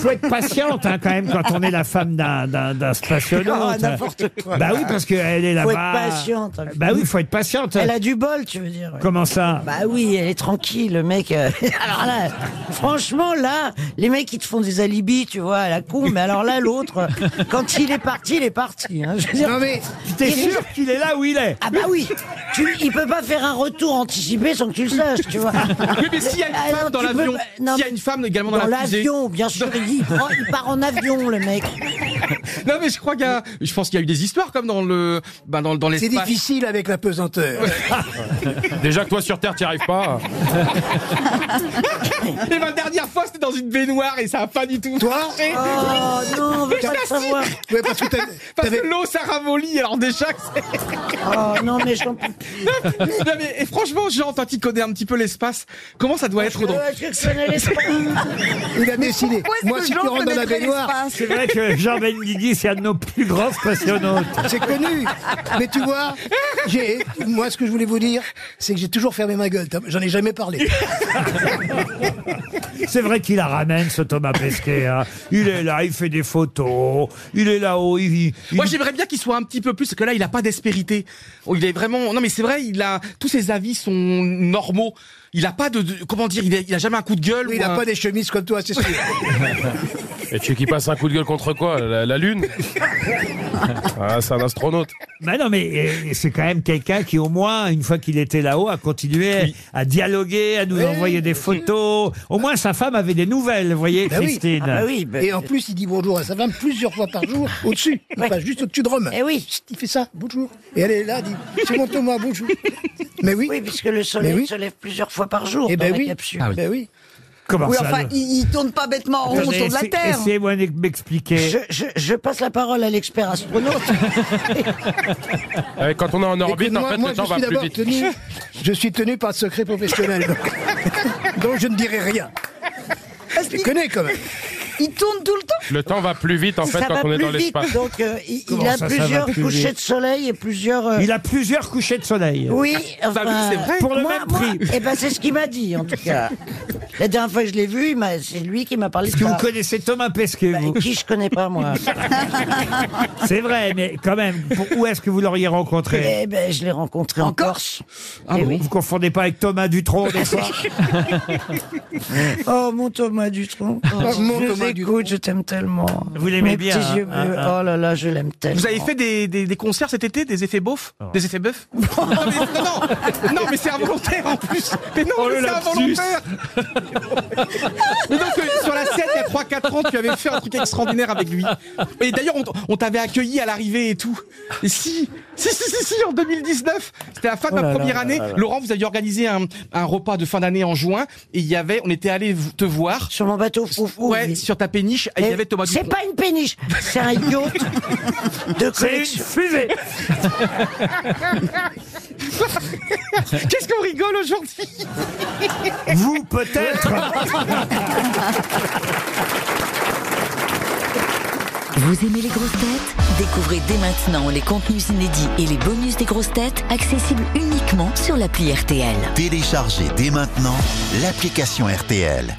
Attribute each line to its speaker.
Speaker 1: faut être patiente hein, quand même quand on est la femme d'un- d'un d'un
Speaker 2: Ah,
Speaker 1: spationaute. hein.
Speaker 2: n'importe quoi.
Speaker 1: Bah oui, parce qu'elle est
Speaker 2: Faut
Speaker 1: là-bas.
Speaker 2: être patiente. hein,
Speaker 1: Bah oui, faut être patiente.
Speaker 2: Elle a du bol, tu veux dire. ouais.
Speaker 1: Comment ça
Speaker 2: Bah oui, elle est tranquille, le mec. euh, Alors là, franchement, là, les mecs, ils te font des alibis, tu vois, à la con. Mais alors là, l'autre, euh, quand il est parti, il est parti. hein, je veux dire.
Speaker 1: Non mais t'es
Speaker 2: Il-
Speaker 1: sûr qu'il est là où il est
Speaker 2: Ah bah oui, tu, il peut pas faire un retour anticipé sans que tu le saches, tu vois.
Speaker 3: Oui, mais s'il y a une
Speaker 2: Ah, non,
Speaker 3: femme dans
Speaker 2: tu peux
Speaker 3: l'avion,
Speaker 2: pas- non,
Speaker 3: s'il y a une femme également dans,
Speaker 2: Dans
Speaker 3: la fusée.
Speaker 2: l'avion, bien sûr, il, dit, il prend- il part en avion, le mec.
Speaker 3: Non, mais je crois qu'il y a, je pense qu'il y a eu des histoires comme dans le, bah, dans, dans
Speaker 4: C'est
Speaker 3: l'espace.
Speaker 4: difficile avec la pesanteur.
Speaker 5: Déjà que toi sur Terre, t'y arrives pas.
Speaker 3: Et ma dernière fois, c'était dans une baignoire et ça a pas du tout.
Speaker 4: Toi
Speaker 3: marché.
Speaker 2: Oh non, on veut pas le savoir.
Speaker 4: Ouais, parce que t'as-
Speaker 3: Parce
Speaker 4: t'avais-
Speaker 3: que l'eau, ça ramollit, alors déjà que c'est-
Speaker 2: Oh non, mais j'en peux plus.
Speaker 3: Non, mais, et franchement, Jean, toi qui connais un petit peu l'espace, comment ça doit être drôle
Speaker 2: Euh, je connais les-
Speaker 4: il a décidé.
Speaker 6: Pourquoi est-ce
Speaker 4: Moi,
Speaker 6: que
Speaker 4: si tu
Speaker 6: Jean
Speaker 4: rentres dans la
Speaker 6: connaîtrait
Speaker 4: baignoire,
Speaker 6: l'espace
Speaker 1: C'est vrai que Jean Benguigui, c'est un de nos plus grands spationautes.
Speaker 4: c'est connu. Mais tu vois, j'ai, moi, ce que je voulais vous dire, c'est que j'ai toujours fermé ma gueule. T'as- J'en ai jamais parlé.
Speaker 1: C'est vrai qu'il la ramène, ce Thomas Pesquet. hein. Il est là, il fait des photos. Il est là-haut, il, il-
Speaker 3: Moi, j'aimerais bien qu'il soit un petit peu plus, parce que là, il a pas d'espérité. Oh, Il est vraiment, non, mais c'est vrai, il a, tous ses avis sont normaux. Il a pas de, de- comment dire, il a, il a jamais un coup de gueule.
Speaker 4: Oui,
Speaker 3: ou
Speaker 4: il n'a
Speaker 3: un-
Speaker 4: pas des chemises comme toi, c'est sûr.
Speaker 5: Et tu qui passes un coup de gueule contre quoi la, la Lune ah, C'est un astronaute.
Speaker 1: Bah non, mais euh, c'est quand même quelqu'un qui, au moins, une fois qu'il était là-haut, a continué à dialoguer, à nous envoyer des photos. Au moins, sa femme avait des nouvelles, vous voyez,
Speaker 4: oui.
Speaker 5: Eh
Speaker 1: Christine.
Speaker 5: ben.
Speaker 2: Ah bah oui, bah-
Speaker 4: Et en plus, il dit bonjour à sa femme plusieurs fois par jour, au-dessus.
Speaker 2: Ouais.
Speaker 4: Enfin, juste au-dessus de Rome.
Speaker 2: Eh oui.
Speaker 4: Chut, Il fait ça, bonjour. Et elle est là, elle dit, c'est mon Thomas, bonjour. Mais oui.
Speaker 2: Oui, puisque le soleil
Speaker 4: Mais oui.
Speaker 2: se lève plusieurs fois par jour
Speaker 4: Eh
Speaker 2: dans
Speaker 4: ben
Speaker 2: la
Speaker 4: oui.
Speaker 2: capsule.
Speaker 4: Ben oui.
Speaker 1: Comment
Speaker 6: Oui,
Speaker 1: ça
Speaker 6: enfin,
Speaker 1: le-
Speaker 6: il, il tourne pas bêtement en rond
Speaker 1: Attendez,
Speaker 6: autour de la
Speaker 1: essa-
Speaker 6: Terre.
Speaker 1: Essayez-moi de m'expliquer.
Speaker 2: Je, je- je passe la parole à l'expert astronaute.
Speaker 5: Et Eh, quand on est en orbite, en
Speaker 4: Écoute-moi,
Speaker 5: fait,
Speaker 4: moi,
Speaker 5: le temps
Speaker 4: je
Speaker 5: va
Speaker 4: suis
Speaker 5: plus
Speaker 4: d'abord
Speaker 5: vite.
Speaker 4: tenu, je suis tenu par le secret professionnel. Donc, donc je ne dirai rien.
Speaker 6: Parce
Speaker 4: Je les
Speaker 6: qu'il-
Speaker 4: connais quand même.
Speaker 6: il tourne tout le temps.
Speaker 5: Le temps va plus vite, en fait,
Speaker 2: ça
Speaker 5: quand
Speaker 2: va
Speaker 5: on est
Speaker 2: plus
Speaker 5: dans
Speaker 2: vite,
Speaker 5: l'espace.
Speaker 2: donc euh, il, il
Speaker 1: Comment
Speaker 2: a
Speaker 1: ça, ça va
Speaker 2: plusieurs
Speaker 1: plus
Speaker 2: couchers
Speaker 1: vite
Speaker 2: de soleil et plusieurs. euh,
Speaker 1: Il a plusieurs couchers de soleil.
Speaker 2: Oui, enfin,
Speaker 3: oui, c'est vrai.
Speaker 1: Pour le
Speaker 2: moi,
Speaker 1: même
Speaker 2: moi,
Speaker 1: prix.
Speaker 2: eh ben, c'est ce qu'il m'a dit en tout cas. La dernière fois que je l'ai vu, il m'a- c'est lui qui m'a parlé
Speaker 1: Est-ce que
Speaker 2: de ça.
Speaker 1: vous connaissez Thomas Pesquet,
Speaker 6: Ben,
Speaker 1: vous
Speaker 2: Qui je connais pas moi.
Speaker 1: C'est vrai, mais quand même, pour- où est-ce que vous l'auriez rencontré
Speaker 2: Eh ben, je l'ai rencontré en, Corse.
Speaker 1: Ah
Speaker 2: Eh oui.
Speaker 1: Vous confondez pas avec Thomas Dutronc des fois
Speaker 2: Oh mon Thomas Dutronc, oh,
Speaker 4: mon
Speaker 2: je
Speaker 4: Thomas
Speaker 2: t'écoute, je t'aime tellement.
Speaker 1: Vous l'aimez
Speaker 2: Mes
Speaker 1: bien,
Speaker 2: petits
Speaker 1: hein,
Speaker 2: yeux
Speaker 1: hein,
Speaker 2: bleus,
Speaker 1: hein.
Speaker 2: oh là là, je l'aime tellement.
Speaker 3: Vous avez fait des, des, des concerts cet été, des effets beaufs Des effets bœufs Ah non, mais- non, non, non, mais c'est involontaire en plus Mais non, mais c'est involontaire Mais donc, euh, sur la scène, il y a 3-4 ans, tu avais fait un truc extraordinaire avec lui. Et d'ailleurs, on, t- on t'avait accueilli à l'arrivée et tout. Et si, si, si, si, si, en 2019, c'était la
Speaker 2: Oh
Speaker 3: fin de ma première année, Laurent, vous aviez organisé un, un repas de fin d'année en juin, et il y avait, on était allé te voir,
Speaker 2: Sur mon bateau foufou.
Speaker 3: ouais,
Speaker 2: oui.
Speaker 3: sur ta péniche, et il y
Speaker 2: Mais
Speaker 3: avait Thomas
Speaker 2: C'est
Speaker 3: Dutronc.
Speaker 2: pas une péniche, c'est un yacht de
Speaker 1: C'est une
Speaker 2: collection.
Speaker 1: fusée
Speaker 3: Qu'est-ce qu'on rigole aujourd'hui
Speaker 1: Vous, peut-être
Speaker 7: Vous aimez les grosses têtes Découvrez dès maintenant les contenus inédits et les bonus des grosses têtes accessibles uniquement sur l'appli RTL.
Speaker 8: Téléchargez dès maintenant l'application RTL.